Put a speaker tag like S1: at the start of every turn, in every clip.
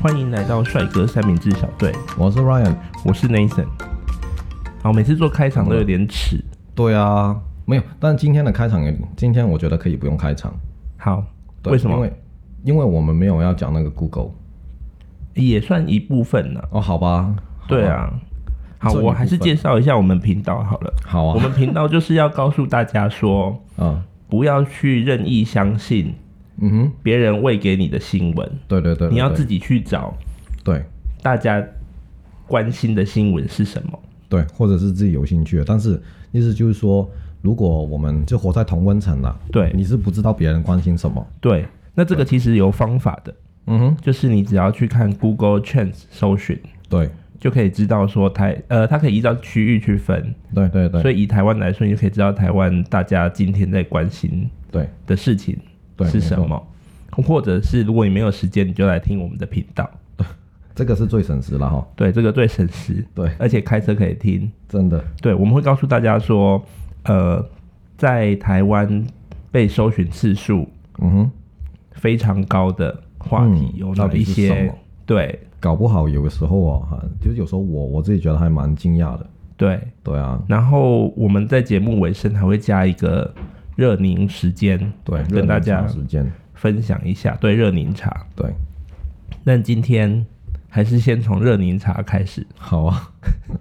S1: 欢迎来到帅哥三明治小队，
S2: 我是 Ryan。
S1: 我是 Nathan。好，每次做开场都有点耻。
S2: 对啊，没有，但今天的开场有，今天我觉得可以不用开场。
S1: 好，
S2: 对
S1: 为什
S2: 因
S1: 么？
S2: 为因为我们没有要讲那个 Google。
S1: 也算一部分呢、
S2: 哦，好吧。
S1: 对啊。好，
S2: 算一部
S1: 我还是
S2: 分
S1: 介绍一下我们频道好了。
S2: 好啊。
S1: 我们频道就是要告诉大家说，
S2: 嗯
S1: 不要去任意相信
S2: 嗯哼，
S1: 别人喂给你的新闻，
S2: 对对对，
S1: 你要
S2: 对
S1: 自己去找
S2: 对
S1: 大家关心的新闻是什么。
S2: 对，或者是自己有兴趣的，但是意思就是说，如果我们就活在同温层了，
S1: 对
S2: 你是不知道别人关心什么。
S1: 对，那这个其实有方法的，
S2: 嗯哼，
S1: 就是你只要去看 Google Trends 搜寻，
S2: 对
S1: 就可以知道说台呃，它可以依照区域去分，
S2: 对对对，
S1: 所
S2: 以
S1: 以以台湾来说，你就可以知道台湾大家今天在关心
S2: 对
S1: 的事情
S2: 对
S1: 是什
S2: 没错
S1: 么，或者是如果你没有时间，你就来听我们的频道。
S2: 这个是最省时了哈。
S1: 对，这个最省时，
S2: 对，
S1: 而且开车可以听。
S2: 真的，
S1: 对，我们会告诉大家说，呃，在台湾被搜寻次数
S2: 嗯哼，
S1: 非常高的话题
S2: 嗯
S1: 有
S2: 到
S1: 哪
S2: 底
S1: 一
S2: 是什
S1: 些
S2: 么？
S1: 对
S2: 搞不好有的时候啊，哈，就是有时候我我自己觉得还蛮惊讶的。
S1: 对，
S2: 对啊，
S1: 然后我们在节目尾声还会加一个热凝时间，
S2: 对，
S1: 跟大家
S2: 时间，
S1: 分享一下对热凝茶。
S2: 对，
S1: 但今天还是先从热凝茶开始。
S2: 好啊，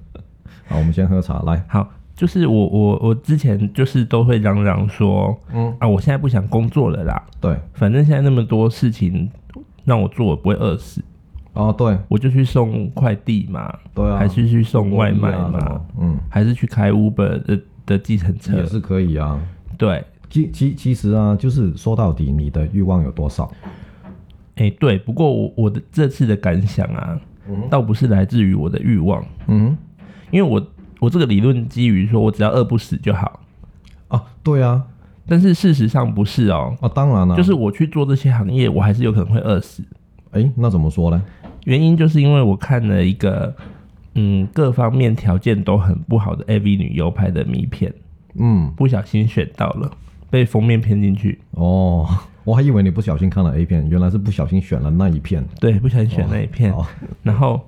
S2: 好，我们先喝茶来。
S1: 好，就是我我我之前就是都会嚷嚷说，
S2: 嗯，
S1: 啊，我现在不想工作了啦，
S2: 对，
S1: 反正现在那么多事情让我做，我不会饿死，
S2: 哦，对，
S1: 我就去送快递嘛，
S2: 对啊，
S1: 还是去送外卖
S2: 啊
S1: 嘛，
S2: 什么嗯，
S1: 还是去开 Uber 的的计程车
S2: 也？是可以啊。
S1: 对，
S2: 其其其实啊，就是说到底，你的欲望有多少？
S1: 哎、对。不过我我的这次的感想啊，倒不是来自于我的欲望，
S2: 嗯
S1: 因为我我这个理论基于说我只要饿不死就好，
S2: 哼，啊，对啊，
S1: 但是事实上不是哦、
S2: 啊，当然了、
S1: 就是我去做这些行业，我还是有可能会饿死。
S2: 哎，那怎么说呢？
S1: 原因就是因为我看了一个，嗯，各方面条件都很不好的 AV 女优拍的迷片，
S2: 嗯，
S1: 不小心选到了，被封面骗进去。
S2: 哦，我还以为你不小心看了 A 片，原来是不小心选了那一片。哦
S1: 对，不小心选那一片，
S2: 好
S1: 然后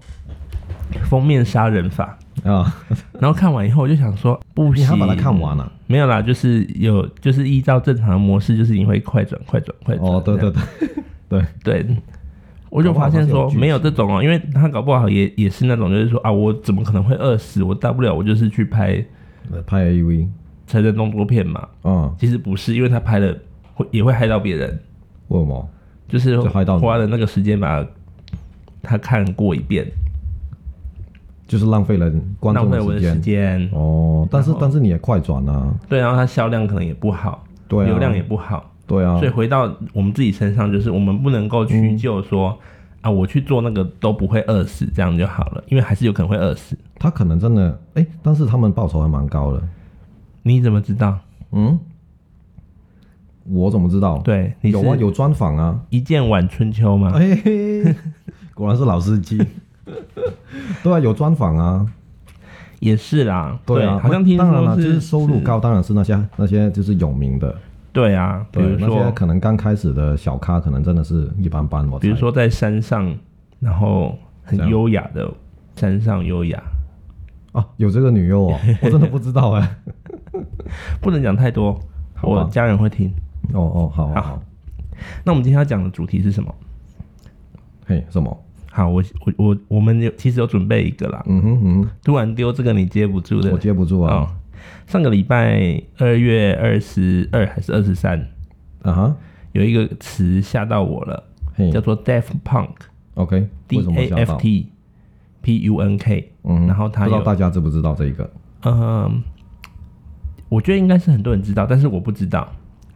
S1: 封面杀人法，
S2: 啊，
S1: 然后看完以后我就想说， 不
S2: 你
S1: 行，
S2: 还把它看完啊了、
S1: 没有啦，就是有，就是依照正常的模式，就是你会快转、快转、快转。
S2: 哦，对对对对，
S1: 对，我就发现说
S2: 搞不好它是有剧情
S1: 没有这种哦、因为他搞不好也也是那种，就是说啊，我怎么可能会饿死？我大不了我就是去拍
S2: 拍 AV，
S1: 成人动作片嘛。
S2: 嗯，
S1: 其实不是，因为他拍了会也会害到别人，
S2: 为什么？
S1: 就是
S2: 就害到你
S1: 花了那个时间把他看过一遍，
S2: 就是浪费了观
S1: 浪
S2: 众
S1: 费我的
S2: 时
S1: 时
S2: 间。
S1: 间。
S2: 哦，但是但是你也快转啊，
S1: 对，然后他销量可能也不好，
S2: 对啊，
S1: 流量也不好，
S2: 对啊嗯
S1: 所以，回到我们自己身上，就是我们不能够屈就说、啊，我去做那个都不会饿死，这样就好了，因为还是有可能会饿死。
S2: 他可能真的哎，但是他们报酬还蛮高的。
S1: 你怎么知道？
S2: 嗯，我怎么知道？，
S1: 对，你
S2: 有啊，
S1: 是啊
S2: 有专访啊。
S1: 一见晚春秋吗？
S2: 哎，嘿 嘿果然是老司机。 对啊，有专访啊。
S1: 也是啦，
S2: 对啊，
S1: 好像听
S2: 当然了，
S1: 说
S2: 就是收入高，当然是那些那些就是有名的，
S1: 对啊，比
S2: 对，
S1: 如
S2: 那些
S1: 说
S2: 可能刚开始的小咖，可能真的是一般般。我
S1: 比如
S2: 猜
S1: 说在山上，然后很
S2: 这样
S1: 优雅的山上优雅，
S2: 啊，有这个女优哦，我真的不知道哎。
S1: 不能讲太多，
S2: 好吧
S1: 我家人会听。
S2: 哦哦，好好好，
S1: 那我们今天要讲的主题是什么？
S2: 嘿，什么？
S1: 好，我我我我们有其实有准备一个啦，
S2: 嗯哼嗯哼，
S1: 突然丢这个你接不住的
S2: 我接不住啊。
S1: 哦。上个礼拜二月二十二还是二十三，
S2: 啊哈，
S1: 有一个词吓到我了，
S2: 嘿
S1: 叫做 Daft Punk，D
S2: ，OK，为什么
S1: A
S2: 吓
S1: F
S2: 到？
S1: T P U N K，
S2: 嗯哼，
S1: 然后
S2: 不
S1: 它
S2: 知道
S1: 有
S2: 大家知不知道这个？
S1: 嗯，我觉得应该是很多人知道，但是我不知道，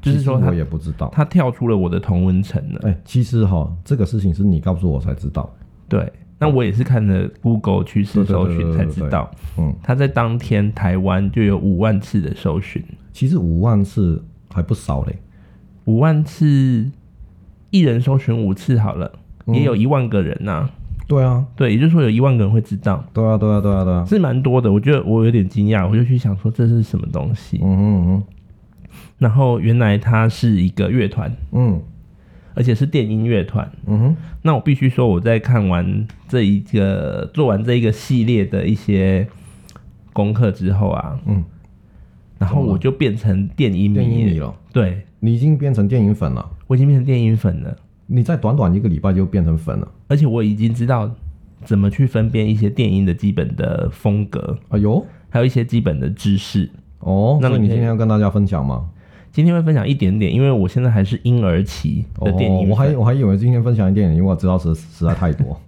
S1: 就是说
S2: 其实
S1: 它
S2: 我也不知道。
S1: 它跳出了我的同温层了。
S2: 哎，其实哈，这个事情是你告诉我才知道。
S1: 对，那我也是看了 Google 趋势
S2: 对对
S1: 搜
S2: 对对
S1: 寻
S2: 对
S1: 才
S2: 对
S1: 知道，
S2: 嗯，
S1: 它在当天台湾就有五万次的搜寻，
S2: 其实五万次还不少嘞。
S1: 五万次，一人搜寻五次好了，
S2: 嗯
S1: 也有一万个人呐、
S2: 对啊，
S1: 对，也就是说有一万个人会知道，
S2: 对啊，对啊，对啊，对啊。
S1: 是蛮多的。我觉得我有点惊讶，我就去想说这是什么东西，
S2: 嗯哼嗯
S1: 然后原来它是一个乐团。
S2: 哼嗯，
S1: 而且是电音乐团。
S2: 嗯哼，
S1: 那我必须说，我在看完这一个做完这一个系列的一些功课之后啊，
S2: 嗯，
S1: 然后我就变成电音迷
S2: 电影迷
S1: 了。
S2: 了，
S1: 对，
S2: 你已经变成电影粉了，
S1: 我已经变成电音粉了，
S2: 你在短短一个礼拜就变成粉了
S1: 而且我已经知道怎么去分辨一些电音的基本的风格，
S2: 哎呦，
S1: 还有一些基本的知识。
S2: 哦，
S1: 那
S2: 所以
S1: 你
S2: 你
S1: 可以
S2: 今天要跟大家分享吗？
S1: 今天会分享一点点，因为我现在还是婴儿期
S2: 哦
S1: 的电音粉、，
S2: 我还我还以为今天分享一电影，因为我知道实实在 太多。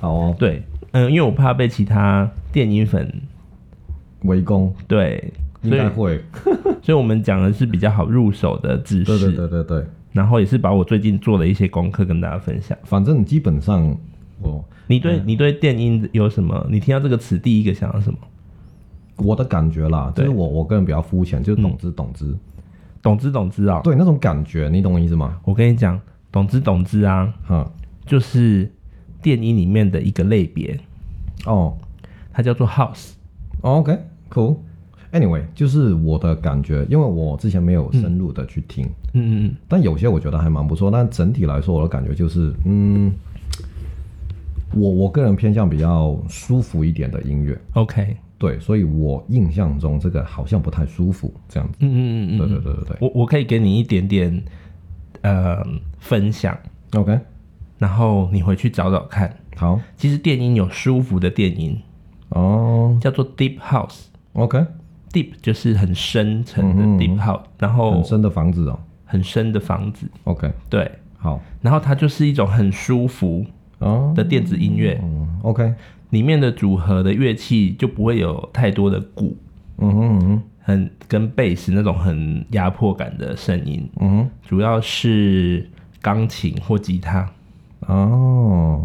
S2: 好哦，
S1: 对，嗯，因为我怕被其他电音粉
S2: 围攻
S1: 对，
S2: 应
S1: 所以
S2: 该会，
S1: 所以我们讲的是比较好入手的知识，
S2: 对对对对对，
S1: 然后也是把我最近做的一些功课跟大家分享。
S2: 反正基本上我
S1: 你对、你对电音有什么？你听到这个词第一个想到什么？
S2: 我的感觉啦，就是
S1: 对嗯
S2: 我我个人比较肤浅，就是懂之懂之，
S1: 懂之懂之啊、
S2: 对那种感觉，你懂我意思吗？
S1: 我跟你讲，懂之懂之啊，
S2: 哈，
S1: 就是电音里面的一个类别，
S2: 哦
S1: 它叫做 house。
S2: ，OK，cool。Anyway，就是我的感觉，因为我之前没有深入的去听，
S1: 嗯嗯嗯，
S2: 但有些我觉得还蛮不错。但整体来说，我的感觉就是，嗯，我我个人偏向比较舒服一点的音乐，
S1: OK，
S2: 对，所以我印象中这个好像不太舒服这样子。
S1: 嗯嗯嗯嗯
S2: 对
S1: 嗯，
S2: 对对对对
S1: 我我可以给你一点点呃分享，
S2: ，OK，
S1: 然后你回去找找看。
S2: 好，
S1: 其实电音有舒服的电音，
S2: 哦
S1: 叫做 deep house。
S2: ，OK，
S1: 哦 deep 就是很深沉的
S2: 嗯嗯嗯
S1: deep house，、然后
S2: 很深的房子哦
S1: 很深的房子，
S2: ，OK，
S1: 对，
S2: 好，
S1: 然后它就是一种很舒服
S2: 哦，
S1: 的电子音乐，
S2: 嗯，OK，
S1: 里面的组合的乐器就不会有太多的鼓，
S2: 嗯哼嗯哼
S1: 很跟贝斯那种很压迫感的声音，
S2: 嗯哼。
S1: 主要是钢琴或吉他，
S2: 哦，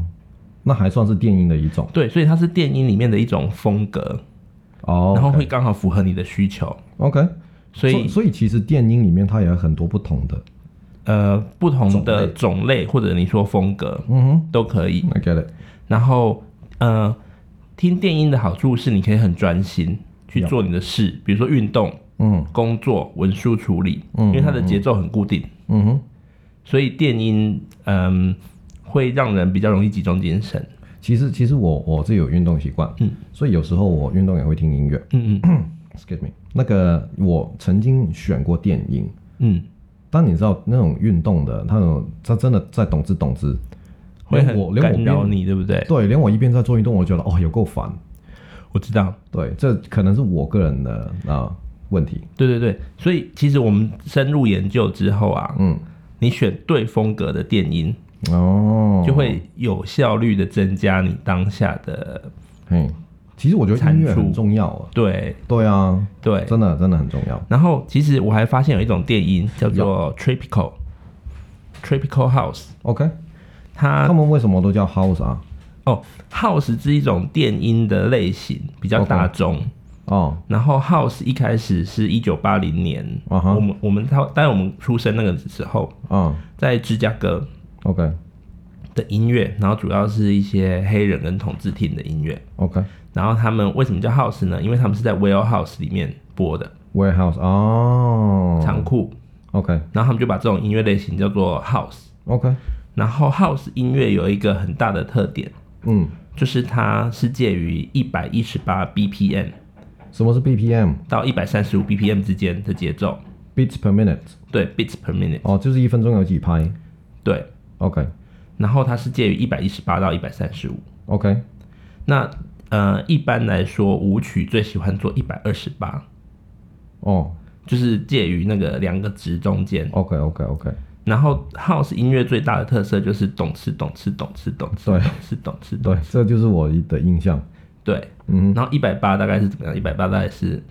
S2: 那还算是电音的一种
S1: 对，所以它是电音里面的一种风格，
S2: 哦。
S1: 然后会刚好符合你的需求，
S2: OK，
S1: 所以
S2: 所以其实电音里面它也有很多不同的，
S1: 呃不同的种类或者你说风格
S2: 嗯
S1: 都可以
S2: 哼，，I get it，
S1: 然后呃听电音的好处是你可以很专心去做你的事，比如说运动。
S2: 嗯
S1: 工作、文书处理，
S2: 嗯
S1: 因为它的节奏很固定，
S2: 嗯哼。
S1: 所以电音嗯会让人比较容易集中精神。
S2: 其实其实我我自己有运动习惯，
S1: 嗯，
S2: 所以有时候我运动也会听音乐。
S1: 嗯嗯
S2: Excuse me，那个我曾经选过电音，
S1: 嗯，
S2: 但你知道那种运动的，那种他真的在懂之懂之，
S1: 会
S2: 连
S1: 很
S2: 我连我
S1: 干扰
S2: 边
S1: 你，对不对？
S2: 对，连我一边在做运动，我觉得哦有够烦。
S1: 我知道，
S2: 对，这可能是我个人的啊、呃问题。
S1: 对对对，所以其实我们深入研究之后啊，
S2: 嗯，
S1: 你选对风格的电音，
S2: 哦，
S1: 就会有效率的增加你当下的
S2: 嘿，其实我觉得音乐
S1: 产
S2: 很
S1: 出
S2: 重要啊。
S1: 对
S2: 对啊，
S1: 对。
S2: 真的真的很重要。
S1: 然后其实我还发现有一种电音叫做 tropical tropical house，
S2: OK，
S1: 它
S2: 他们为什么都叫 house 啊？
S1: 哦，house 是一种电音的类型，比较大众。
S2: 哦，
S1: 然后 house 一开始是一九八零年
S2: 啊哈
S1: 我们我们他当然我们出生那个时候，
S2: 嗯
S1: 在芝加哥
S2: ，OK
S1: 的音乐，然后主要是一些黑人跟同志听的音乐。
S2: OK
S1: 然后他们为什么叫 house 呢？因为他们是在 warehouse 里面播的
S2: warehouse 哦
S1: 仓库，
S2: ，OK
S1: 然后他们就把这种音乐类型叫做 house。
S2: OK，
S1: 然后 house 音乐有一个很大的特点，
S2: 嗯，
S1: 就是它是介于一百一十八 BPM
S2: 什么是 BPM？Beats
S1: 到一百三十五 BPM 之间的节奏，
S2: per minute
S1: 对 beats per minute，
S2: 哦，就是一分钟有几拍
S1: 对，
S2: ？OK
S1: 然后它是介于一百一十八到一百三十五。
S2: OK，
S1: 那呃，一般来说舞曲最喜欢做一百二十八，
S2: 哦
S1: 就是介于那个两个值中间。
S2: ，OK OK OK，
S1: 然后 house 音乐最大的特色就是懂吃懂吃懂吃懂吃
S2: 对
S1: 懂吃懂吃懂，
S2: 对，这就是我的印象。
S1: 对。
S2: 嗯
S1: 然后一百八大概是怎么样？一百八大概是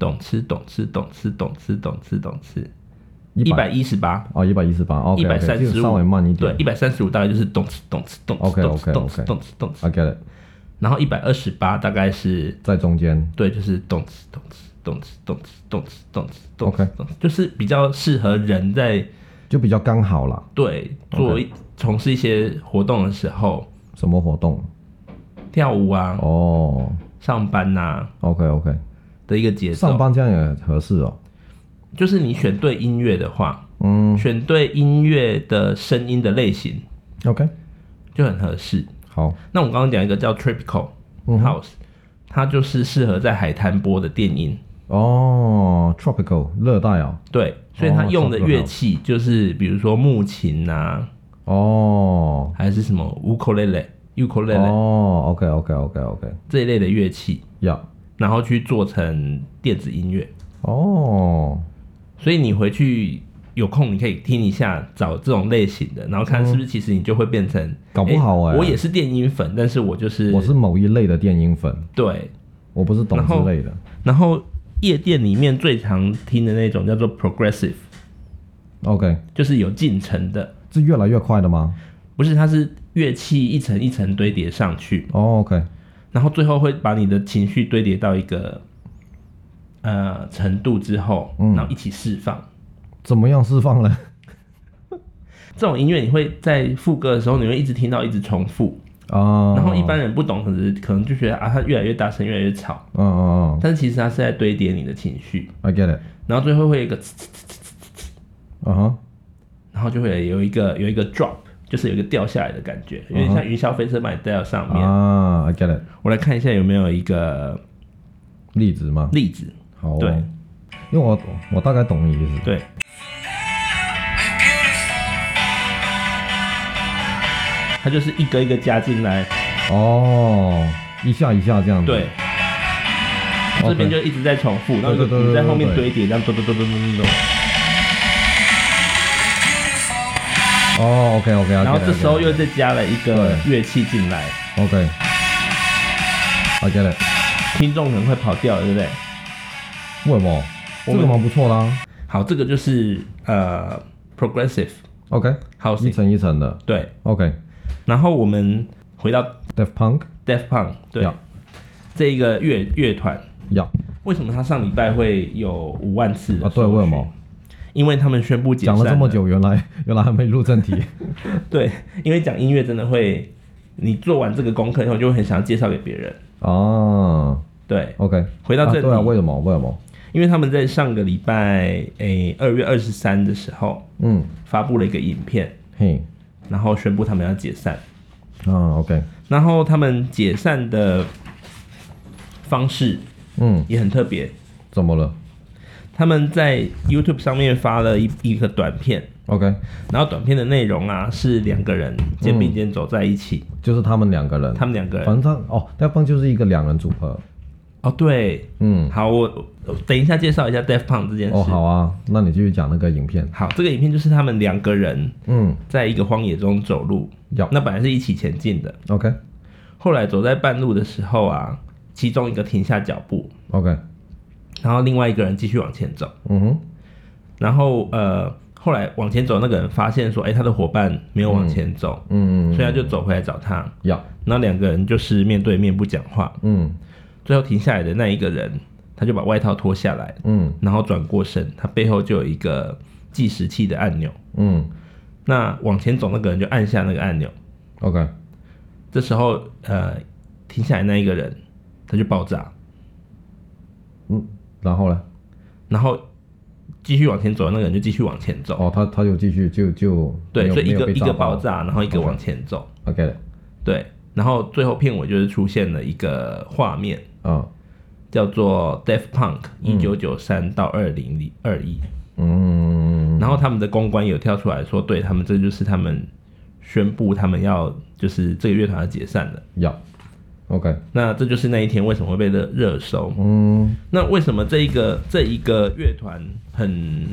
S1: 懂吃懂吃懂吃懂吃懂吃懂吃，一百一十八。
S2: 哦，一百一十八，OK，
S1: 一百三十五，
S2: 稍微慢一
S1: 对
S2: 点，。
S1: 一百三十五大概就是咚哧咚哧咚哧
S2: OK，OK，
S1: 咚哧咚
S2: OK
S1: 哧咚哧咚哧，
S2: I get it，
S1: 然后一百二十八大概是
S2: 在中间。
S1: 对，就是动词动词动词动词动词动词动
S2: OK
S1: 词动词，就是比较适合人在
S2: 就比较刚好啦。
S1: 对做一从事一些活动的时候，
S2: 什么活动？
S1: 跳舞啊、
S2: 哦
S1: 上班呐、
S2: ，OK OK，
S1: 的一个节
S2: 上
S1: 奏。
S2: 班这样也合适哦。
S1: 就是你选对音乐的话，
S2: 嗯
S1: 选对音乐的声音的类型
S2: ，OK，
S1: 就很合适。
S2: 好，
S1: 那我刚刚讲一个叫 Tropical
S2: 嗯
S1: House，、它就是适合在海滩播的电音。
S2: 哦，tropical 热带啊，
S1: 对，所以它用的乐器就是比如说木琴啊，
S2: 哦，
S1: 还是什么 ukulele、ukulele、
S2: 哦，OK OK OK OK，
S1: 这一类的乐器，
S2: 呀，
S1: 然后去做成电子音乐。
S2: 哦，
S1: 所以你回去有空，你可以听一下，找这种类型的，然后看是不是其实你就会变成，
S2: 嗯搞不好
S1: 诶
S2: 欸
S1: 我也是电音粉，但是我就是
S2: 我是某一类的电音粉，
S1: 对，
S2: 我不是懂
S1: 然
S2: 之
S1: 后
S2: 类的。
S1: 然后夜店里面最常听的那种叫做 progressive，
S2: OK，
S1: 就是有进程的，
S2: 是越来越快的吗、
S1: 不是它是乐器一层一层堆叠上去，
S2: 哦 o k
S1: 然后最后会把你的情绪堆叠到一个呃程度之后，
S2: 嗯
S1: 然后一起释放。
S2: 怎么样释放呢？
S1: 这种音乐你会在副歌的时候，你会一直听到，一直重复。
S2: 啊，
S1: 然后一般人不懂，可能可能就觉得啊，它越来越大声，越来越吵。
S2: 嗯，嗯嗯
S1: 但是其实它是在堆叠你的情绪，
S2: ，I get it，
S1: 然后最后会有一个呲呲呲，
S2: 嗯哼，
S1: 然后就会有一个有一个 drop，就是有一个掉下来的感觉，有点像云霄飞车把你带到上面。
S2: 啊，I get it，
S1: 我来看一下有没有一个
S2: 例子吗？
S1: 例子，
S2: 好、哦，
S1: 对，
S2: 因为我我大概懂你意思。
S1: 对，它就是一个一个加进来，
S2: 哦，一下一下这样子。
S1: 对。
S2: OK
S1: 这边就一直在重复，然后
S2: 对对对
S1: 你在后面
S2: 对对
S1: 堆叠，这样咚咚咚咚咚咚咚。
S2: 哦，OK OK，
S1: 然后这时候又再加了一个
S2: 对
S1: 乐器进来，
S2: OK。I get it，
S1: 听众可能会跑掉，对不对？
S2: 为什么？
S1: 我
S2: 这
S1: 们
S2: 个蛮不错啦、
S1: 好，这个就是呃 progressive
S2: OK，一
S1: housing，
S2: 层一层的。
S1: 对。
S2: OK，Def、
S1: 然后我们回到
S2: Punk，
S1: Def Punk，对
S2: Yeah，
S1: 这一个乐乐团，
S2: 呀、
S1: 为什么他上礼拜会有五万次的
S2: 啊，对，
S1: 搜
S2: 为什
S1: 寻
S2: 么？
S1: 因为他们宣布解散
S2: 讲了这么，久，原来原来还没入正题。
S1: 对，因为讲音乐真的会，你做完这个功课以后，就会很想要介绍给别人。
S2: 哦
S1: 对，
S2: ，OK，
S1: 回到
S2: 啊
S1: 正
S2: 对啊，
S1: 题
S2: 为什么？为什么？
S1: 因为他们在上个礼拜诶二月二十三的时候
S2: 嗯，
S1: 发布了一个影片，
S2: 嘿，
S1: 然后宣布他们要解散。
S2: 啊，OK，
S1: 然后他们解散的方式
S2: 嗯，
S1: 也很特别，
S2: 怎么了
S1: 他们在 YouTube 上面发了一一个短片，
S2: ？OK，
S1: 然后短片的内容啊是两个人肩并肩走在一起，
S2: 就是他们两个人，
S1: 他们两个
S2: 反
S1: 人
S2: 正他嗯哦，Def Punk 就是一个两人组合。
S1: 哦对，
S2: 嗯，
S1: 好，我我等一下介绍一下 Def Punk 这件事。
S2: 哦，好啊，那你继续讲那个影片。
S1: 好这个影片就是他们两个人
S2: 嗯，
S1: 在一个荒野中走路，
S2: 要
S1: 那本来是一起前进的，
S2: OK
S1: 后来走在半路的时候啊，其中一个停下脚步，
S2: OK，
S1: 然后另外一个人继续往前走。
S2: 嗯哼，
S1: 然后呃，后来往前走那个人发现说，哎、他的伙伴没有往前走，
S2: 嗯嗯
S1: 所以他就走回来找他。
S2: 要，
S1: 然后两个人就是面对面不讲话，
S2: 嗯
S1: 最后停下来的那一个人，他就把外套脱下来，
S2: 嗯
S1: 然后转过身，他背后就有一个计时器的按钮。
S2: 嗯
S1: 那往前走那个人就按下那个按钮，
S2: ，OK，
S1: 这时候呃，停下来那一个人他就爆炸，
S2: 嗯，然后呢？
S1: 然后继续往前走的那个人就继续往前走。
S2: 哦，他他就继续就就
S1: 对，
S2: 没有
S1: 所以一
S2: 没有
S1: 个
S2: 被嗯
S1: 一个
S2: 爆
S1: 爆炸，然后一个往前走。
S2: ，OK 的，
S1: 对，然后最后片尾就是出现了一个画面，
S2: 啊，
S1: 叫做 Def Punk 一九九三到二零零二一，
S2: 嗯，
S1: 然后他们的公关有跳出来说，对他们这就是他们宣布他们要就是这个乐团要解散了。
S2: 要，OK，
S1: 那这就是那一天为什么会被热热搜。
S2: 嗯
S1: 那为什么这一个这一个乐团很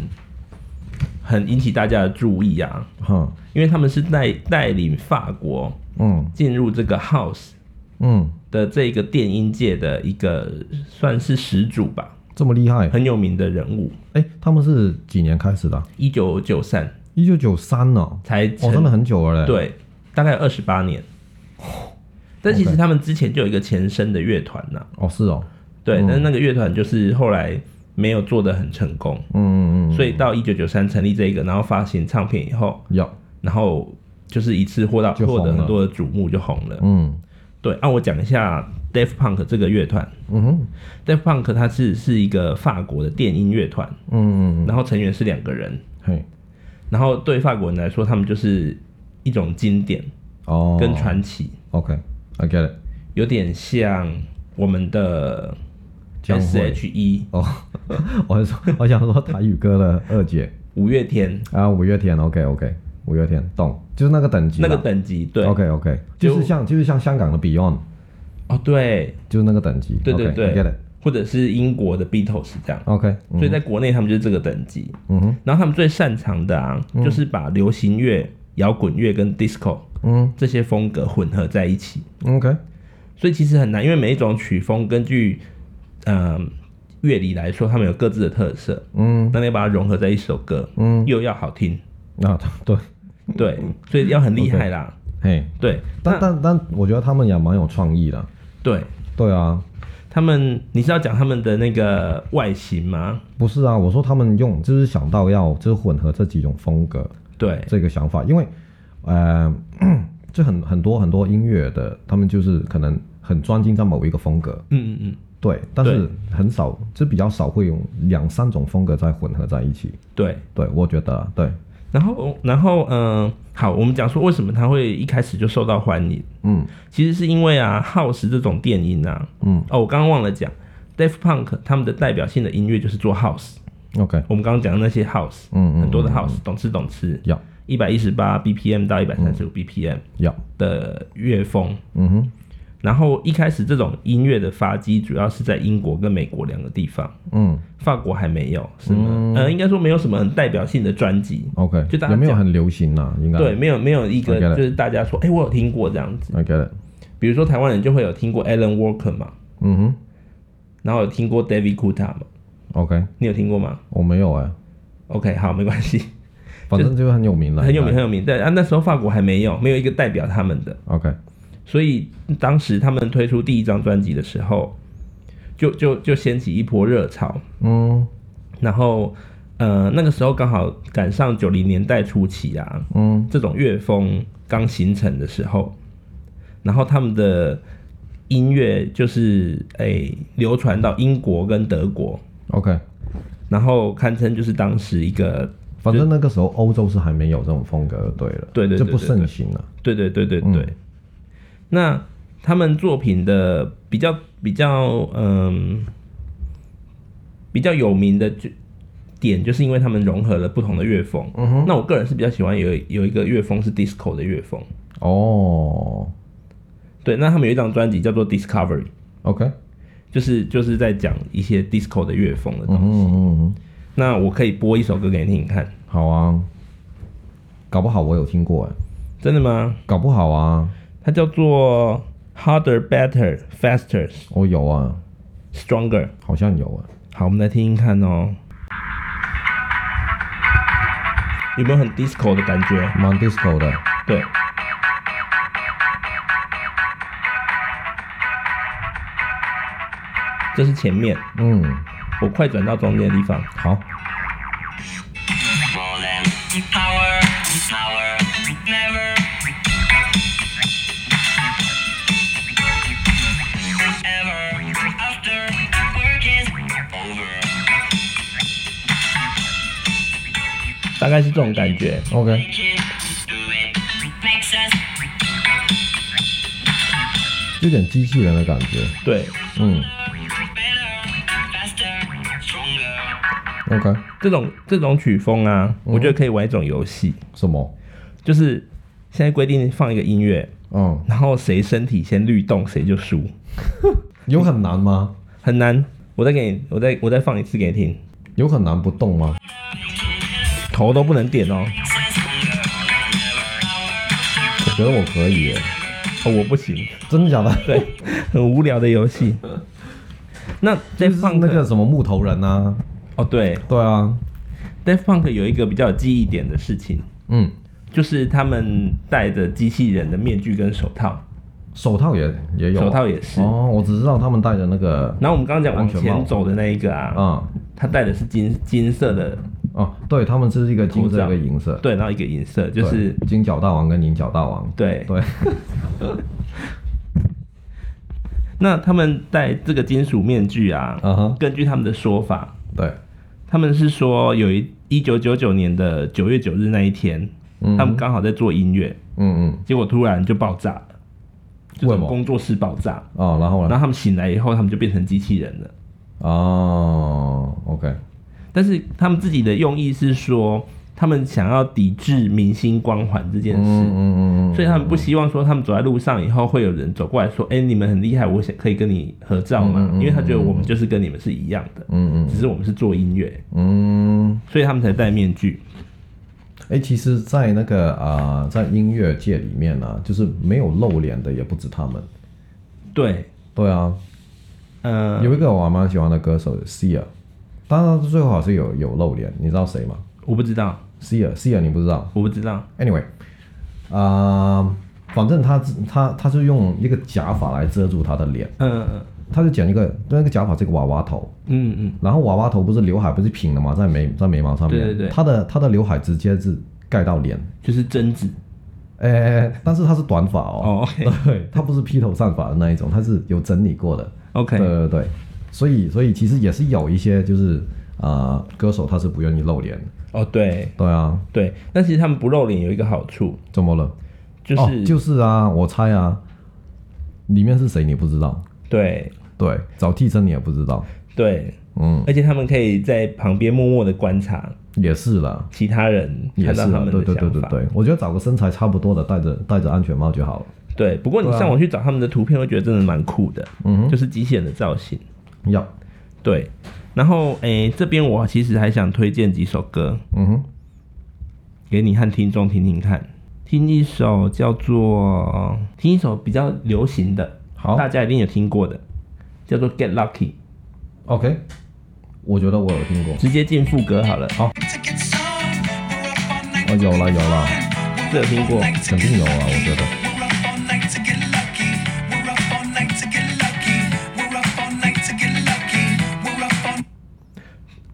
S1: 很引起大家的注意啊？
S2: 哼，
S1: 因为他们是带带领法国
S2: 嗯
S1: 进入这个 House
S2: 嗯，
S1: 的这个电音界的一个算是始祖吧，
S2: 这么厉害，
S1: 很有名的人物。
S2: 哎，他们是几年开始的啊？
S1: 一九九三
S2: 一九九三呢？哦，
S1: 才成、
S2: 真的很久了嘞。，
S1: 对，大概二十八年。 但其实
S2: OK
S1: 他们之前就有一个前身的乐团呐，
S2: 哦是哦，
S1: 对，
S2: 嗯
S1: 但是那个乐团就是后来没有做的很成功，
S2: 嗯嗯嗯，
S1: 所以到一九九三成立这个，然后发行唱片以后，
S2: 要，
S1: 然后就是一次获到
S2: 就红
S1: 获得
S2: 了
S1: 很多的瞩目，就红了。
S2: 嗯
S1: 对，啊那、我讲一下 Def Punk 这个乐团
S2: 嗯哼，
S1: ，Def Punk 它是是一个法国的电音乐团，
S2: 嗯嗯嗯，
S1: 然后成员是两个人，
S2: 嘿，
S1: 然后对法国人来说，他们就是一种经典
S2: 哦，
S1: 跟传奇，
S2: OK，I get it。
S1: 有点像我们的
S2: 江蕙
S1: S H E
S2: 哦，我还说我想说台语歌的二姐
S1: 五月天
S2: 啊，五月天，OK OK，五月天，懂，就是那个等级
S1: 那
S2: 啦，
S1: 个等级，对，
S2: OK OK，
S1: 就
S2: 就是像就是像香港的 Beyond，
S1: 哦对
S2: 就是那个等级，
S1: 对对
S2: o k
S1: 对
S2: g e t it。
S1: 或者是英国的 Beatles 这样，
S2: OK，嗯
S1: 所以在国内他们就是这个等级。
S2: 嗯哼，
S1: 然后他们最擅长的啊，就是把流行乐、摇滚乐跟 disco
S2: 嗯
S1: 这些风格混合在一起，
S2: ，OK，
S1: 所以其实很难，因为每一种曲风根据嗯乐理来说，他们有各自的特色，
S2: 嗯
S1: 那你把它融合在一首歌，
S2: 嗯，
S1: 又要好听，
S2: 那、 对，
S1: 对，所以要很厉害啦，
S2: 嘿，
S1: 对，
S2: 但
S1: 那
S2: 但但我觉得他们也蛮有创意的，
S1: 对
S2: 对啊，
S1: 他们，你是要讲他们的那个外形吗？
S2: 不是啊，我说他们用就是想到要就是混合这几种风格
S1: 对，
S2: 这个想法，因为呃，这很很多很多音乐的，他们就是可能很专精在某一个风格，
S1: 嗯嗯嗯，
S2: 对，但是很少，就比较少会用两三种风格再混合在一起，
S1: 对。
S2: 对我觉得啊，对，
S1: 然后，然后，嗯、好，我们讲说为什么他会一开始就受到欢迎，
S2: 嗯
S1: 其实是因为啊，耗时这种电音啊，
S2: 嗯
S1: 哦，我刚刚忘了讲，Def Punk 他们的代表性的音乐就是做 House，
S2: ，OK，
S1: 我们刚刚讲的那些 House，
S2: 嗯嗯，
S1: 很多的
S2: 嗯
S1: House，懂吃懂吃，
S2: 要
S1: 一百一十八 BPM 到一百三十
S2: 嗯
S1: 五 BPM
S2: 要，
S1: 的乐风。
S2: 嗯哼，
S1: 然后一开始这种音乐的发迹主要是在英国跟美国两个地方，
S2: 嗯
S1: 法国还没有什么，呃，应该说没有什么很代表性的专辑，
S2: ，OK，
S1: 就大家
S2: 有没有
S1: 讲
S2: 很流行啊？应该
S1: 对，没有没有一
S2: I get
S1: 个
S2: it
S1: 就是大家说，哎、我有听过这样子。
S2: ，I get it，
S1: 比如说台湾人就会有听过 Alan Walker 嘛，
S2: 嗯哼
S1: 然后有听过 David Guetta 嘛，
S2: ，OK，
S1: 你有听过吗
S2: 我没有哎、
S1: ？OK，好，没关系，
S2: 反正就是很有名了，
S1: 很有名
S2: 应
S1: 很有名。但啊，那时候法国还没有，没有一个代表他们的，
S2: 该，OK，
S1: 所以当时他们推出第一张专辑的时候，就就就掀起一波热潮。
S2: 嗯
S1: 然后，呃，那个时候刚好赶上九零年代初期啊，
S2: 嗯
S1: 这种乐风刚形成的时候，然后他们的音乐就是诶、流传到英国跟德国，
S2: ，OK，
S1: 然后堪称就是当时一个
S2: 反正那个时候欧洲是还没有这种风格，对了，
S1: 对对对
S2: 这不
S1: 对
S2: 盛行啊了，
S1: 对对对对
S2: 嗯
S1: 对。那他们作品的比较比较嗯比较有名的就点，就是因为他们融合了不同的乐风。那我个人是比较喜欢有有一个乐风是 disco 的乐风。
S2: 哦
S1: 对，那他们有一张专辑叫做 Discovery，
S2: ，OK，
S1: 就是就是在讲一些 disco 的乐风的
S2: 嗯
S1: 东西。
S2: 哼嗯哼，
S1: 那我可以播一首歌给你听看，
S2: 好啊，搞不好我有听过哎、
S1: 真的吗？
S2: 搞不好啊，
S1: 它叫做 Harder, Better, Faster,
S2: 我有啊，
S1: Stronger。
S2: 好像有啊，
S1: 好，我们来听听看哦，有没有很 disco 的感觉？
S2: 蛮 disco 的，
S1: 对，这是前面，
S2: 嗯，
S1: 我快转到中间的地方。
S2: 好，
S3: rolling. Power, power, never. Ever after work is over.
S1: 大概是这种感觉。
S2: ，OK，
S3: Can do it makes us
S2: 有点机器人的感觉，
S1: 对，
S2: 嗯
S3: better, faster, stronger.
S2: ，OK，
S1: 这种这种曲风啊，
S2: 嗯
S1: 我觉得可以玩一种游戏，
S2: 什么？
S1: 就是现在规定放一个音乐，
S2: 嗯，
S1: 然后谁身体先律动谁就输，
S2: 有很难吗？
S1: 很难。我再给你，我再我再放一次给你听，
S2: 有很难不动吗？
S1: 头都不能点哦。
S2: 我觉得我可以耶，
S1: 哦，我不行，
S2: 真的假的？
S1: 对，很无聊的游戏。那 d e
S2: 就是
S1: f Punk
S2: 那个什么木头人啊，
S1: 哦，对
S2: 对啊，
S1: d e f Punk 有一个比较有记忆点的事情，
S2: 嗯，
S1: 就是他们戴着机器人的面具跟手套，
S2: 手套也也有啊，
S1: 手套也是。
S2: 哦，我只知道他们戴的那个，
S1: 然后我们刚刚讲往
S2: 安全帽
S1: 前走的那一个啊，
S2: 啊
S1: 他戴的是金金色的，
S2: 哦，对他们是一个金色
S1: 口罩
S2: 跟银色，
S1: 对，然后一个银色，就
S2: 对，
S1: 是
S2: 金角大王跟银角大王，
S1: 对。
S2: 对，
S1: 那他们戴这个金属面具啊，
S2: 嗯哼，
S1: 根据他们的说法，
S2: 对，
S1: 他们是说有一一九九九年的九月九日那一天，他们刚好在做音乐，
S2: 嗯嗯，
S1: 结果突然就爆炸了，就
S2: 为
S1: 是
S2: 什么
S1: 工作室爆炸。
S2: 哦，然后
S1: 然后
S2: 呢？
S1: 他们醒来以后，他们就变成机器人了。
S2: 哦，OK，
S1: 但是他们自己的用意是说，他们想要抵制明星光环这件
S2: 嗯
S1: 事，
S2: 嗯嗯嗯，
S1: 所以他们不希望说他们走在路上以后会有人走过来说：“哎、你们很厉害，我想可以跟你合照嘛。
S2: 嗯嗯嗯
S1: 因为他觉得我们就是跟你们是一样的，
S2: 嗯
S1: 只是我们是做音乐，
S2: 嗯嗯。
S1: 所以他们才戴面具。
S2: 哎、其实，在那个啊、呃在音乐界里面呢、就是没有露脸的也不止他们。
S1: 对，
S2: 对啊，
S1: 呃，
S2: 有一个我蛮喜欢的歌手 Sia，当然最后好是有有露脸，你知道谁吗
S1: 我不知道，
S2: ？Sia Sia 你不知道
S1: 我不知道。
S2: ？Anyway，啊、反正他他他是用一个假发来遮住他的脸，
S1: 嗯
S2: 他就剪一个那个假发是一个娃娃头，
S1: 嗯嗯，
S2: 然后娃娃头不是刘海不是平的吗？在眉在眉毛上面，
S1: 对对对
S2: 他的他的刘海直接是盖到脸，
S1: 就是贞子
S2: 哎、但是他是短发哦
S1: 哦。OK
S2: 对，他不是披头散发的那一种，他是有整理过的。对
S1: OK，
S2: 对对，所以所以其实也是有一些就是啊、呃歌手他是不愿意露脸的。
S1: 哦对
S2: 对啊，
S1: 对，但其实他们不露脸有一个好处，
S2: 怎么了？
S1: 就是、
S2: 哦、就是啊，我猜啊，里面是谁你不知道，
S1: 对
S2: 对，找替身你也不知道，
S1: 对，
S2: 嗯，
S1: 而且他们可以在旁边默默的观察
S2: 也是啦。
S1: 其他人
S2: 也
S1: 看
S2: 是
S1: 到他
S2: 啊，
S1: 们
S2: 对
S1: 的
S2: 对对
S1: 想
S2: 对
S1: 法。
S2: 对，我觉得找个身材差不多的，戴着戴着安全帽就好了。
S1: 对，不过你
S2: 对啊
S1: 上网去找他们的图片，会觉得真的蛮酷的，
S2: 嗯
S1: 就是机器人的造型。
S2: 哼，要，
S1: 对，然后诶、这边我其实还想推荐几首歌
S2: 嗯哼，
S1: 给你和听众听听看，听一首叫做听一首比较流行的，
S2: 好
S1: 大家一定有听过的，叫做《Get Lucky》，
S2: ，OK，我觉得我有听过，
S1: 直接进副歌好了，
S2: 好，哦，有了有了，
S1: 这有听过。
S2: 肯定有啊，我觉得。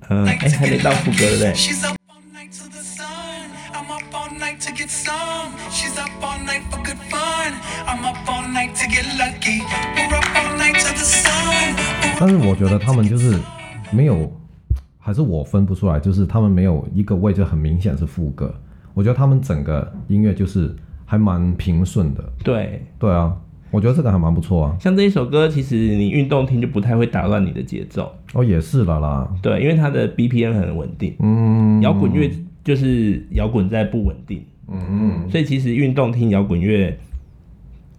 S1: 嗯，哎、还没到副歌对不对？
S4: She's up all night to the sun. I'm up all night to get some. She's up all night for good fun. I'm up all night to get lucky. We're up all night to the sun. We're
S2: 但是我觉得他们就是没有，还是我分不出来，就是他们没有一个位置很明显是副歌。我觉得他们整个音乐就是还蛮平顺的，
S1: 对，
S2: 对啊，我觉得这个还蛮不错啊。
S1: 像这一首歌，其实你运动听就不太会打乱你的节奏，
S2: 哦，也是了啦，
S1: 对，因为它的 BPM 很稳定。
S2: 嗯，
S1: 摇滚乐就是摇滚在不稳定，
S2: 嗯嗯，
S1: 所以其实运动听摇滚乐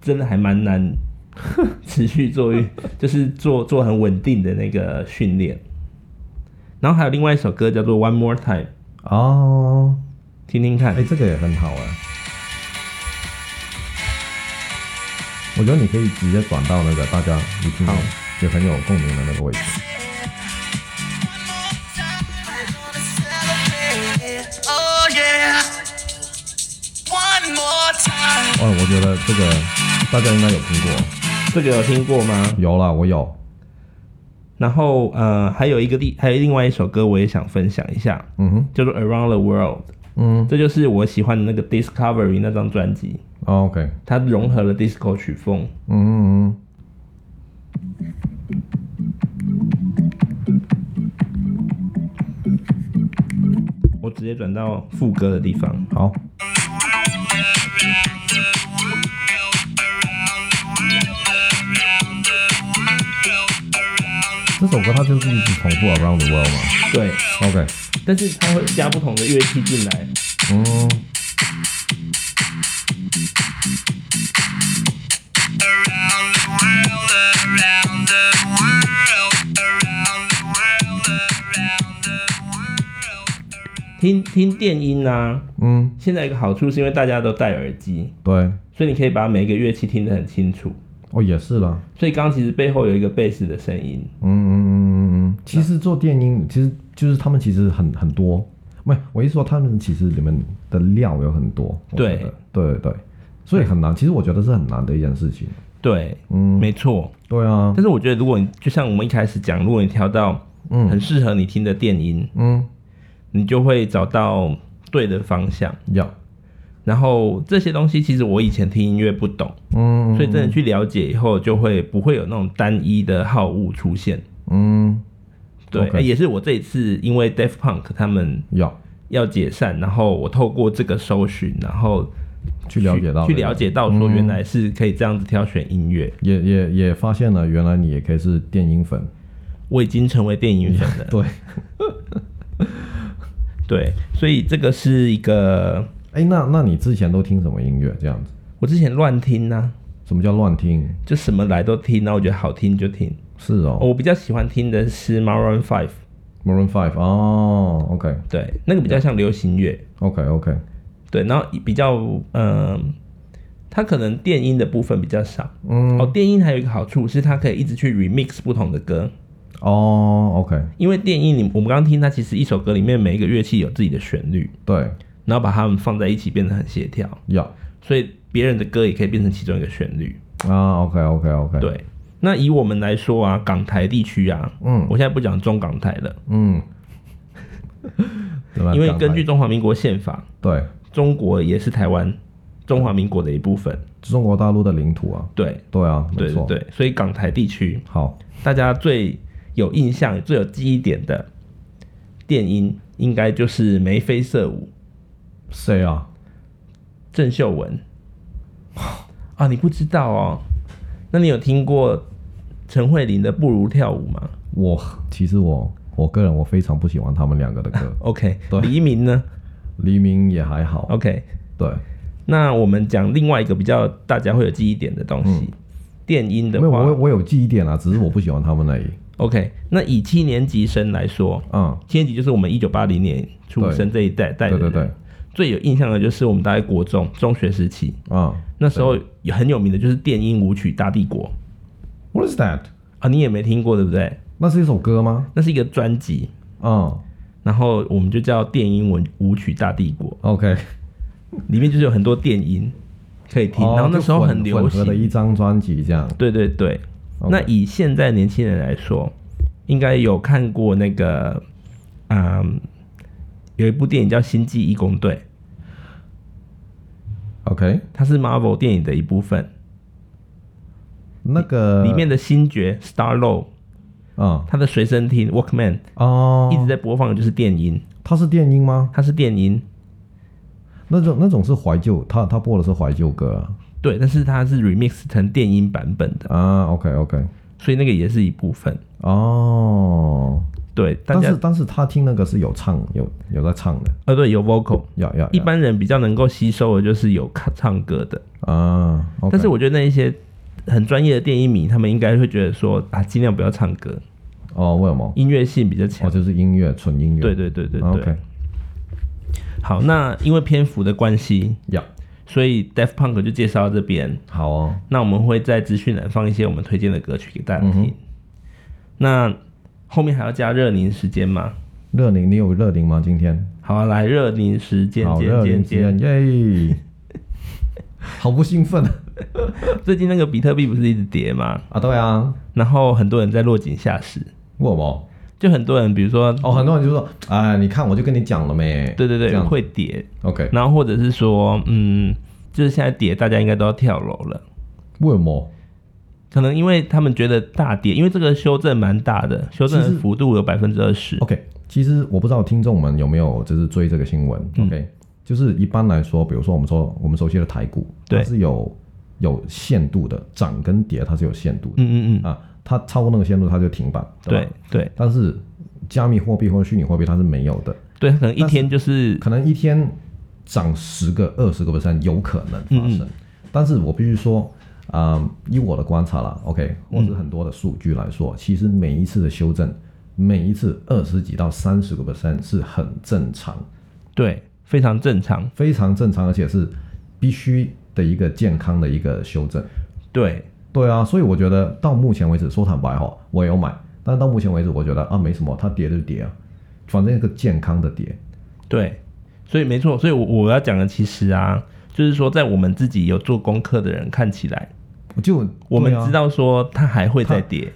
S1: 真的还蛮难 持续做运，就是做做很稳定的那个训练。然后还有另外一首歌叫做《One More Time》，
S2: 哦，
S1: 听听看
S2: 哎，。这个也很好哎、我觉得你可以直接转到那个大家一听也很有共鸣的那个位置。
S4: Oh yeah. One more time.
S2: 哦，我觉得这个大家应该有听过，
S1: 这个有听过吗？
S2: 有啦，我有。
S1: 然后呃，还有一个另还有另外一首歌，我也想分享一下，
S2: 嗯哼，
S1: 叫做《Around the World》，
S2: 嗯
S1: 这就是我喜欢的那个 Discovery 那张专辑，
S2: 哦，OK，
S1: 它融合了 disco 曲风。
S2: 嗯嗯嗯。
S1: 我直接转到副歌的地方。
S2: 好，这首歌它就是一直重复 Around the World 嘛。
S1: 对，
S2: OK，
S1: 但是它会加不同的乐器进来。
S2: 嗯，
S1: 听听电音啊，
S2: 嗯，
S1: 现在有一个好处是因为大家都戴耳机，
S2: 对，
S1: 所以你可以把每一个乐器听得很清楚。
S2: 哦，也是啦，
S1: 所以刚刚其实背后有一个贝斯的声音，
S2: 嗯嗯嗯嗯嗯。其实做电音，其实就是他们其实很很多，没，我一说他们其实里面的料有很多，我觉得对对对，所以很难，其实我觉得是很难的一件事情。
S1: 对，
S2: 嗯，
S1: 没错。
S2: 对啊
S1: 但，是我觉得，如果你就像我们一开始讲，如果你挑到很
S2: 嗯
S1: 适合你听的电音，
S2: 嗯，
S1: 你就会找到对的方向。
S2: 要，
S1: 然后这些东西其实我以前听音乐不懂，
S2: 嗯，
S1: 所以真的去了解以后，就会不会有那种单一的好恶出现。
S2: 嗯，
S1: 对
S2: OK
S1: 也是我这一次因为 d e f Punk 他们
S2: 要，
S1: 要解散，然后我透过这个搜寻，然后
S2: 去了解到
S1: 去了解到说原来是可以这样子挑选音乐，
S2: 也也也发现了，原来你也可以是电音粉。
S1: 我已经成为电影粉了。
S2: 对，
S1: 对，所以这个是一个
S2: 哎，那那你之前都听什么音乐？这样子，
S1: 我之前乱听呢、啊
S2: 什么叫乱听？
S1: 就什么来都听，然后我觉得好听就听。
S2: 是哦
S1: 我比较喜欢听的是 Maroon Five，
S2: ，Maroon Five 哦，OK
S1: 对，那个比较像流行乐，
S2: OK OK，
S1: 对，然后比较嗯、它可能电音的部分比较少。
S2: 嗯，
S1: 哦，电音还有一个好处是它可以一直去 remix 不同的歌，
S2: 哦，OK，
S1: 因为电音你我们刚刚听它其实一首歌里面每一个乐器有自己的旋律，
S2: 对，
S1: 然后把它们放在一起变得很协调，
S2: 要
S1: 所以别人的歌也可以变成其中一个旋律。
S2: 啊，OK OK OK，，
S1: 对，那以我们来说啊，港台地区啊，
S2: 嗯
S1: 我现在不讲中港台了，
S2: 嗯，对 吧
S1: 因为
S2: 港台
S1: 根据中华民国宪法，
S2: 对
S1: 中国也是台湾中华民国的一部分。
S2: 中国大陆的领土啊，
S1: 对，
S2: 对啊，没
S1: 对
S2: 错，
S1: 对，对，所以港台地区
S2: 好，
S1: 大家最有印象、最有记忆点的电音，应该就是眉飞色舞、
S2: 谁啊？
S1: 郑秀文。啊，你不知道哦？那你有听过陈慧琳的《不如跳舞》吗，
S2: 我其实我我个人我非常不喜欢他们两个的歌
S1: ？OK，
S2: 对
S1: 黎明呢
S2: 黎明也还好，
S1: ？OK，
S2: 对，
S1: 那我们讲另外一个比较大家会有记忆点的东西，电音的
S2: 嗯没有我
S1: 话
S2: 我有记忆点啊，只是我不喜欢他们而已，
S1: ，OK，那以七年级生来说，
S2: 嗯，
S1: 七年级就是我们一九八零年出生这一代代
S2: 对
S1: 的
S2: 对
S1: 人
S2: 对，
S1: 最有印象的就是我们大概国中中学时期，
S2: 嗯
S1: 那时候也很有名的就是电音舞曲《大帝国》
S2: ，What is that？
S1: 啊，你也没听过对不对？
S2: 那是一首歌吗？
S1: 那是一个专辑，
S2: 嗯
S1: 然后我们就叫电音舞舞曲《大帝国
S2: ，OK，》，
S1: 里面就是有很多电音可以听，
S2: 哦
S1: 然后那
S2: 就
S1: 时候
S2: 混
S1: 很流
S2: 混合的
S1: 行
S2: 一，张专辑这样。
S1: 对对对，
S2: OK
S1: 那以现在年轻人来说，应该有看过那个，嗯，有一部电影叫《星际义工队》，
S2: OK，
S1: 它是 Marvel 电影的一部分，
S2: 那个
S1: 里面的星爵 Star Lo，
S2: 啊
S1: 他的随身听 Walkman
S2: 哦，
S1: 一直在播放的就是电音，
S2: 它是电音吗？
S1: 它是电音，
S2: 那种那种是怀旧，它它播的是怀旧歌啊
S1: 对，但是它是 remix 成电音版本的，
S2: 啊。OK OK，
S1: 所以那个也是一部分。
S2: 哦，
S1: 对，大
S2: 但
S1: 家
S2: 是但是他听那个是有唱有有在唱的，
S1: 呃对有 vocal，
S2: 要要
S1: 一般人比较能够吸收的就是有唱唱歌的。
S2: 啊。OK
S1: 但是我觉得那一些很专业的电音迷，他们应该会觉得说啊，尽量不要唱歌，
S2: 哦，为什么？
S1: 音乐性比较强。
S2: 哦，就是音乐，纯音乐。啊
S1: 对对对对对。
S2: OK，
S1: 好，那因为篇幅的关系，
S2: 要
S1: 所以 Def Punk 就介绍到这边。
S2: 好哦。
S1: 那我们会在资讯栏放一些我们推荐的歌曲给大家听。
S2: 嗯
S1: 那后面还要加热凝时间吗？
S2: 乐宁，你有乐宁吗？今天
S1: 好、啊，来热凝时间，
S2: 好，
S1: 间
S2: 乐
S1: 间
S2: 宁今天
S1: 间。
S2: 耶， 好不兴奋啊！
S1: 最近那个比特币不是一直跌嘛，
S2: 啊，对啊，
S1: 然后很多人在落井下石，
S2: 为什么？
S1: 就很多人比如说，
S2: 哦，很多人就说，哎，你看我就跟你讲了没？
S1: 对对
S2: 这
S1: 对，
S2: 样
S1: 会跌，
S2: OK，
S1: 然后或者是说，嗯，就是现在跌，大家应该都要跳楼了。
S2: 为什么？
S1: 可能因为他们觉得大跌，因为这个修正蛮大的，修正的
S2: 其实哦
S1: 幅度有百分之二十。
S2: OK，其实我不知道听众们有没有就是追这个新闻。OK，就是
S1: 嗯
S2: 一般来说，比如说我们说我们熟悉的台股，
S1: 对
S2: 它是有有限度的，涨跟跌它是有限度的、
S1: 嗯嗯嗯，
S2: 啊，它超过那个限度它就停板，吧
S1: 对对
S2: 但是加密货币或者虚拟货币它是没有的，
S1: 对，可能一天就是
S2: 可能一天涨十个、二十个 percent 有可能发
S1: 嗯
S2: 生，但是我必须说。啊、以我的观察啦，OK，或
S1: 嗯
S2: 者很多的数据来说，其实每一次的修正，每一次二十几到三十个 percent 是很正常，
S1: 对非常正常。
S2: 非常正常，而且是必须的一个健康的一个修正。
S1: 对，
S2: 对啊，所以我觉得到目前为止，说坦白哈，我有买，但是到目前为止，我觉得啊没什么，它跌就跌啊，反正一个健康的跌。
S1: 对，所以没错，所以我我要讲的其实啊，就是说在我们自己有做功课的人看起来，
S2: 啊就
S1: 我们
S2: 对啊
S1: 知道说它还会再跌。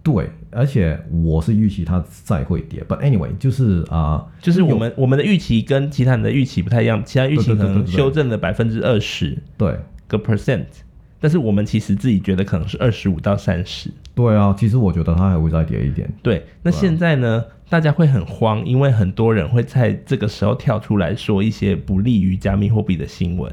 S2: 对，而且我是预期它再会跌，but anyway，就是啊、
S1: 就是我们我们的预期跟其他人的预期不太一样，其他预期
S2: 对对
S1: 可
S2: 对对
S1: 能
S2: 对对
S1: 修正了百分之二十
S2: 对
S1: 个 percent，但是我们其实自己觉得可能是二十五到三十。
S2: 对啊，其实我觉得它还会再跌一点。
S1: 对，那
S2: 哦
S1: 现在呢，大家会很慌，因为很多人会在这个时候跳出来说一些不利于加密货币的新闻。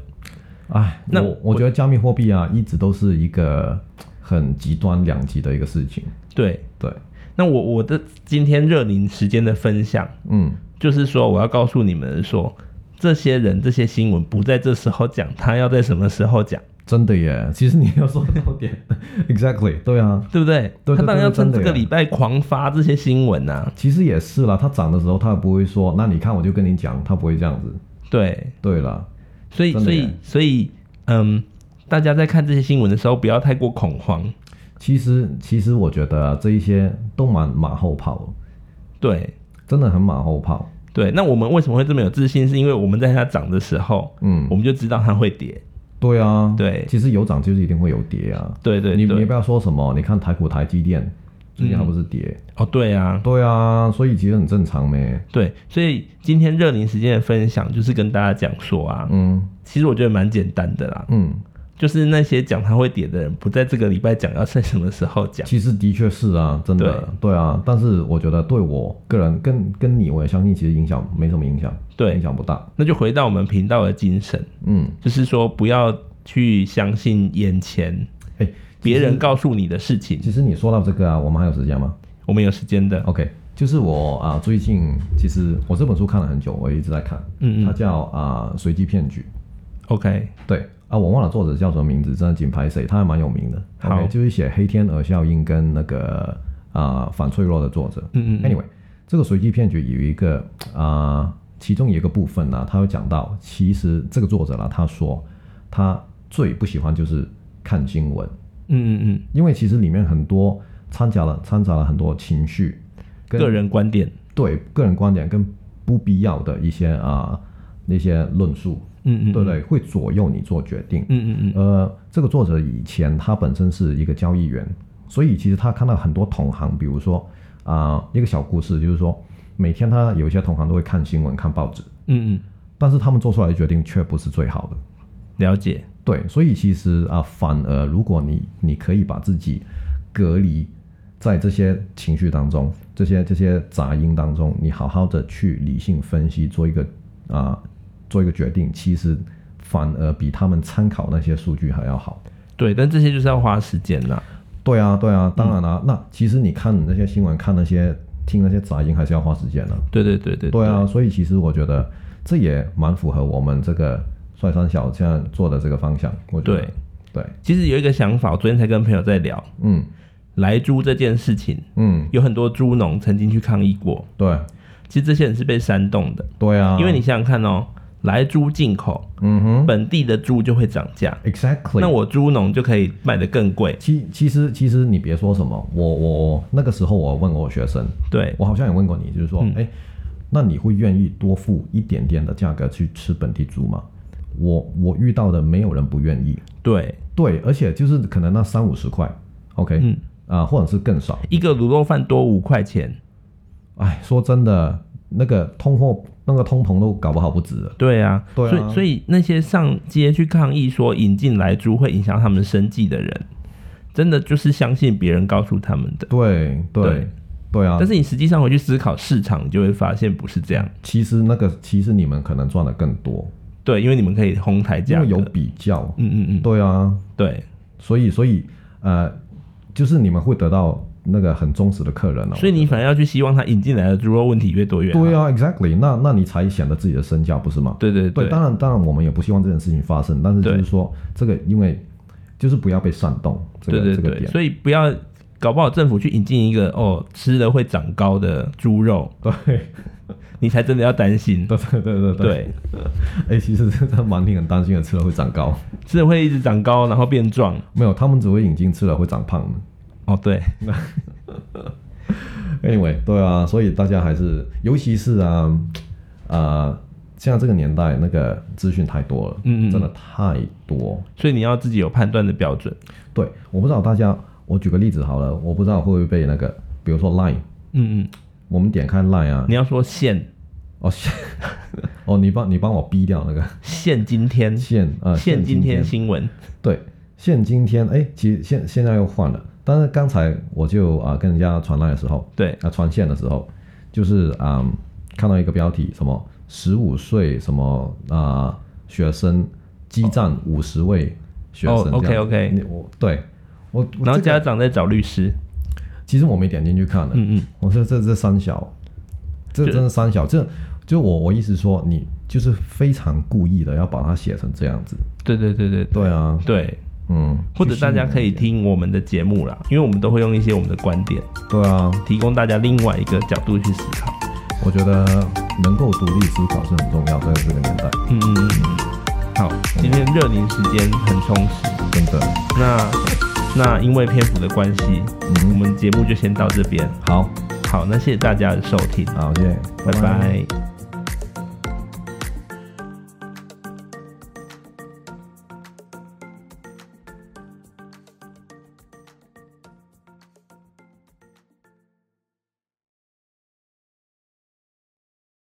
S2: 哎，
S1: 那
S2: 我我觉得加密货币啊，一直都是一个很极端两极的一个事情。
S1: 对，
S2: 对，
S1: 那我我的今天热林时间的分享，
S2: 嗯，
S1: 就是说我要告诉你们说，这些人这些新闻不在这时候讲，他要在什么时候讲，
S2: 真的耶。其实你要说到点 ，exactly，对啊，
S1: 对不对？
S2: 对对
S1: 他当然要
S2: 对真
S1: 趁
S2: 的
S1: 这个
S2: 耶
S1: 礼拜狂发这些新闻啊。
S2: 其实也是啦。它涨的时候，它也不会说，那你看我就跟你讲，它不会这样子。
S1: 对，
S2: 对啦，
S1: 所以
S2: 真的
S1: 所以
S2: 耶
S1: 所以，嗯，大家在看这些新闻的时候，不要太过恐慌。
S2: 其实其实我觉得、这一些都蛮马后炮，
S1: 对
S2: 真的很马后炮。
S1: 对，那我们为什么会这么有自信？是因为我们在它涨的时候，
S2: 嗯
S1: 我，们就知道它会跌。
S2: 对啊，
S1: 对
S2: 其实有涨就是一定会有跌啊。
S1: 对对
S2: 你你
S1: 对
S2: 不，要说什么，你看台股、台积电最近还不是跌？
S1: 哦对啊，
S2: 对啊，所以其实很正常咩。
S1: 对，所以今天热林时间的分享就是跟大家讲说啊，
S2: 嗯
S1: 其实我觉得蛮简单的啦，
S2: 嗯，
S1: 就是那些讲它会跌的人，不在这个礼拜讲，要在什么时候讲？
S2: 其实的确是啊，真的对啊。但是我觉得对我个人跟跟你，我也相信其实影响没什么影响，
S1: 对
S2: 影，响不大。
S1: 那就回到我们频道的精神，
S2: 嗯，
S1: 就是说不要去相信眼前
S2: 哎、
S1: 别人告诉你的事情。
S2: 其实你说到这个啊，我们还有时间吗
S1: 我们有时间的，
S2: ？OK，就是我啊，最近其实我这本书看了很久，我一直在看，
S1: 嗯
S2: 它
S1: 嗯
S2: 叫啊随机骗局。
S1: ，OK，
S2: 对啊，我忘了作者叫什么名字，真的紧拍谁，他还蛮有名的。
S1: 好
S2: OK，就是写《黑天鹅效应》跟那个啊、反脆弱的作者。
S1: 嗯嗯嗯
S2: Anyway，这个随机骗局有一个啊、其中有一个部分呢、他有讲到，其实这个作者啦，他说他最不喜欢就是看新闻，
S1: 嗯嗯
S2: 因为其实里面很多掺杂了掺杂了很多情绪，
S1: 嗯，
S2: 跟
S1: 个人观点，
S2: 对个人观点跟不必要的一些啊、那些论述，
S1: 嗯嗯，
S2: 对不对？会左右你做决定。
S1: 嗯嗯嗯，
S2: 呃，这个作者以前他本身是一个交易员，所以其实他看到很多同行，比如说啊、一个小故事，就是说每天他有一些同行都会看新闻、看报纸，
S1: 嗯嗯，
S2: 但是他们做出来的决定却不是最好的。
S1: 了解，
S2: 对，所以其实啊、反而如果你你可以把自己隔离在这些情绪当中、这些这些杂音当中，你好好的去理性分析，做一个啊、做一个决定，其实反而比他们参考那些数据还要好。
S1: 对，但这些就是要花时间啦，
S2: 对啊，对啊，当然啦、
S1: 嗯
S2: 那其实你看那些新闻，看那些听那些杂音，还是要花时间的、啊
S1: 对对对对，
S2: 对啊，所以其实我觉得这也蛮符合我们这个帅三小现在做的这个方向。我觉得
S1: 对
S2: 对，
S1: 其实有一个想法，我昨天才跟朋友在聊
S2: 嗯
S1: 莱猪这件事情，
S2: 嗯，
S1: 有很多猪农曾经去抗议过，
S2: 对
S1: 其实这些人是被煽动的，
S2: 对啊，
S1: 因为你想想看哦，莱猪进口，
S2: 嗯哼
S1: 本地的猪就会涨价，
S2: ，exactly。
S1: 那我猪农就可以卖得更贵，
S2: 其其实其实你别说什么，我我那个时候我问我学生，
S1: 对
S2: 我好像也问过你，就是说，
S1: 嗯
S2: 哎、那你会愿意多付一点点的价格去吃本地猪吗？我我遇到的没有人不愿意。
S1: 对，
S2: 对，而且就是可能那三五十块，OK，
S1: 嗯
S2: 啊、或者是更少。
S1: 一个卤肉饭多五块钱，
S2: 哎，说真的，那个通货那个通膨都搞不好不止了。
S1: 对啊，
S2: 对啊
S1: 所以所以那些上街去抗议说引进来猪会影响他们生计的人，真的就是相信别人告诉他们的。
S2: 对
S1: 对
S2: 对对啊！
S1: 但是你实际上回去思考市场，你就会发现不是这样。
S2: 其实那个其实你们可能赚的更多，
S1: 对，因为你们可以哄抬
S2: 因
S1: 价
S2: 为有
S1: 格。
S2: 比较。
S1: 嗯嗯嗯，
S2: 对啊，
S1: 对。
S2: 所以所以呃，就是你们会得到那个很忠实的客人哦。
S1: 所以你反而要去希望他引进来的猪肉问题越多越好。
S2: 对啊，exactly，那那你才显得自己的身价不是吗？
S1: 对对
S2: 对，当然，当然，我们也不希望这件事情发生，但是就
S1: 对
S2: 是说，这个因为就是不要被煽动，这个
S1: 对对
S2: 这个
S1: 对，
S2: 点，
S1: 所以不要搞不好政府去引进一个哦吃了会长高的猪肉，
S2: 对，
S1: 你才真的要担心。
S2: 对 对对对
S1: 对，
S2: 哎、其实真的 蛮令人担心的，吃了会长高。
S1: 吃了会一直长高，然后变壮。
S2: 没有，他们只会引进吃了会长胖的。
S1: 哦，对，
S2: Anyway，对啊，所以大家还是，尤其是啊，呃，现在这个年代，那个资讯太多了，
S1: 嗯嗯嗯
S2: 真的太多。
S1: 所以你要自己有判断的标准。
S2: 对，我不知道大家，我举个例子好了，我不知道会不会被那个，比如说 Line，
S1: 嗯嗯，
S2: 我们点开 Line 啊
S1: 你，要说现
S2: 哦， 现哦，你帮你帮我逼掉那个
S1: 现今天
S2: 现呃
S1: 现今
S2: 今
S1: 天新闻，
S2: 对，现今天哎，其实现现在又换了，但是刚才我就啊、跟人家传来的时候，
S1: 对
S2: 啊、传线的时候，就是啊、看到一个标题，什么十五岁什么啊、学生激战五十位学生、
S1: 哦
S2: 这样
S1: OK，OK
S2: 你我对我我
S1: 然后
S2: 这
S1: 家
S2: 个
S1: 长在找律师，
S2: 其实我没点进去看了，
S1: 嗯嗯，
S2: 我说这这三小，这
S1: 就
S2: 真是三小，这就我我意思说，你就是非常故意的要把它写成这样子，
S1: 对对对对对
S2: 对啊，
S1: 对，
S2: 嗯，
S1: 或者
S2: 去吸
S1: 大
S2: 引
S1: 家可以
S2: 人一点，
S1: 听我们的节目啦，因为我们都会用一些我们的观点，
S2: 对啊，
S1: 提供大家另外一个角度去思考。
S2: 我觉得能够独立思考是很重要的，在这个年代，
S1: 嗯嗯嗯嗯，好，今天热宁时间很充实，
S2: 真的。
S1: 那那因为篇幅的关系，我们节目就先到这边。
S2: 好，
S1: 好，那谢谢大家的收听，
S2: 好，谢谢，
S1: 拜拜